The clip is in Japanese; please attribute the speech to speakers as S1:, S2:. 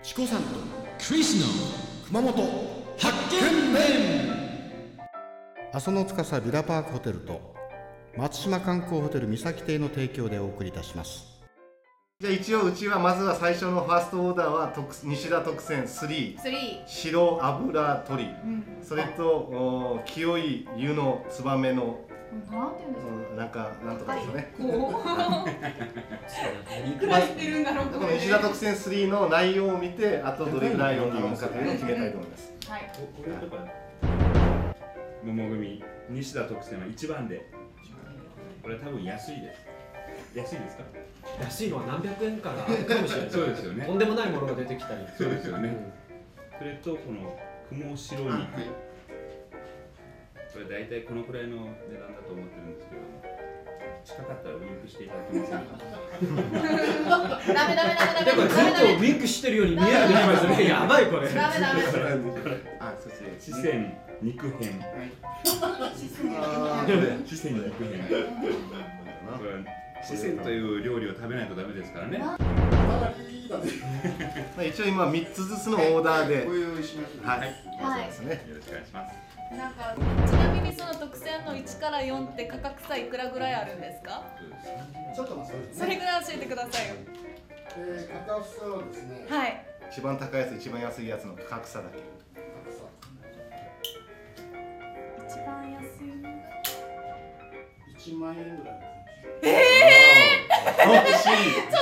S1: チコさんとクリスの熊本発見面
S2: 阿蘇の司ビラパークホテルと松島観光ホテル三崎邸の提供でお送りいたします
S3: じゃあ一応うちはまずは最初のファーストオーダーは特西田特選3
S4: スリ
S3: 白油鶏
S4: ー。うん。
S3: それとおー清い湯のツバメの、
S4: なんて言うんですか。
S3: うん、なんかなんとかですよね、
S4: こ う。いくらしてるんだろう
S3: この西田特選3の内容を見てあとどれぐらいを頼むかというのを決めたいと思います
S4: はい。
S5: これとか桃組西田特選は一番でこれ多分安いです安いですか
S1: 安いのは何百円からかもしれない
S5: そうですよね
S1: とんでもないものが出てきたり
S5: そうですよね
S1: ん
S5: それとこの雲白肉、これ大体このくらいの値段だと思ってるんですけど近かったらウインクしていただけませんか
S4: ダメダメダメ
S1: な
S4: ダ
S1: ん
S4: メ
S1: かず
S4: ダメダ
S1: っと
S4: メ
S1: ウィンクしてるように見えなくなりますねやばいこれ
S4: ダメダメ。
S3: あそして
S5: 四川肉 編
S3: あー
S5: 四川肉編これは四川という料理を食べないとダメですからね
S3: まあ一応今3つずつのオーダーで
S6: ご用意しまし
S3: はい、
S4: はい
S3: そうですね
S5: よろしくお願いします
S4: なんかちなみにその特選の1から4って価格差いくらぐらいあるんです
S6: た。
S4: か？
S6: ちょっと待ってくだ
S4: そ
S6: さい
S4: れ
S6: ね。
S4: ぐらい教えてくださいよ。
S6: えー、片房はですね、
S4: はい。
S3: 一番高いやつ一番安いやつの格差だけ
S6: 片房
S4: 一番安いのが。
S6: 一万円ぐらいですね。
S3: 惜しい
S4: ちょっ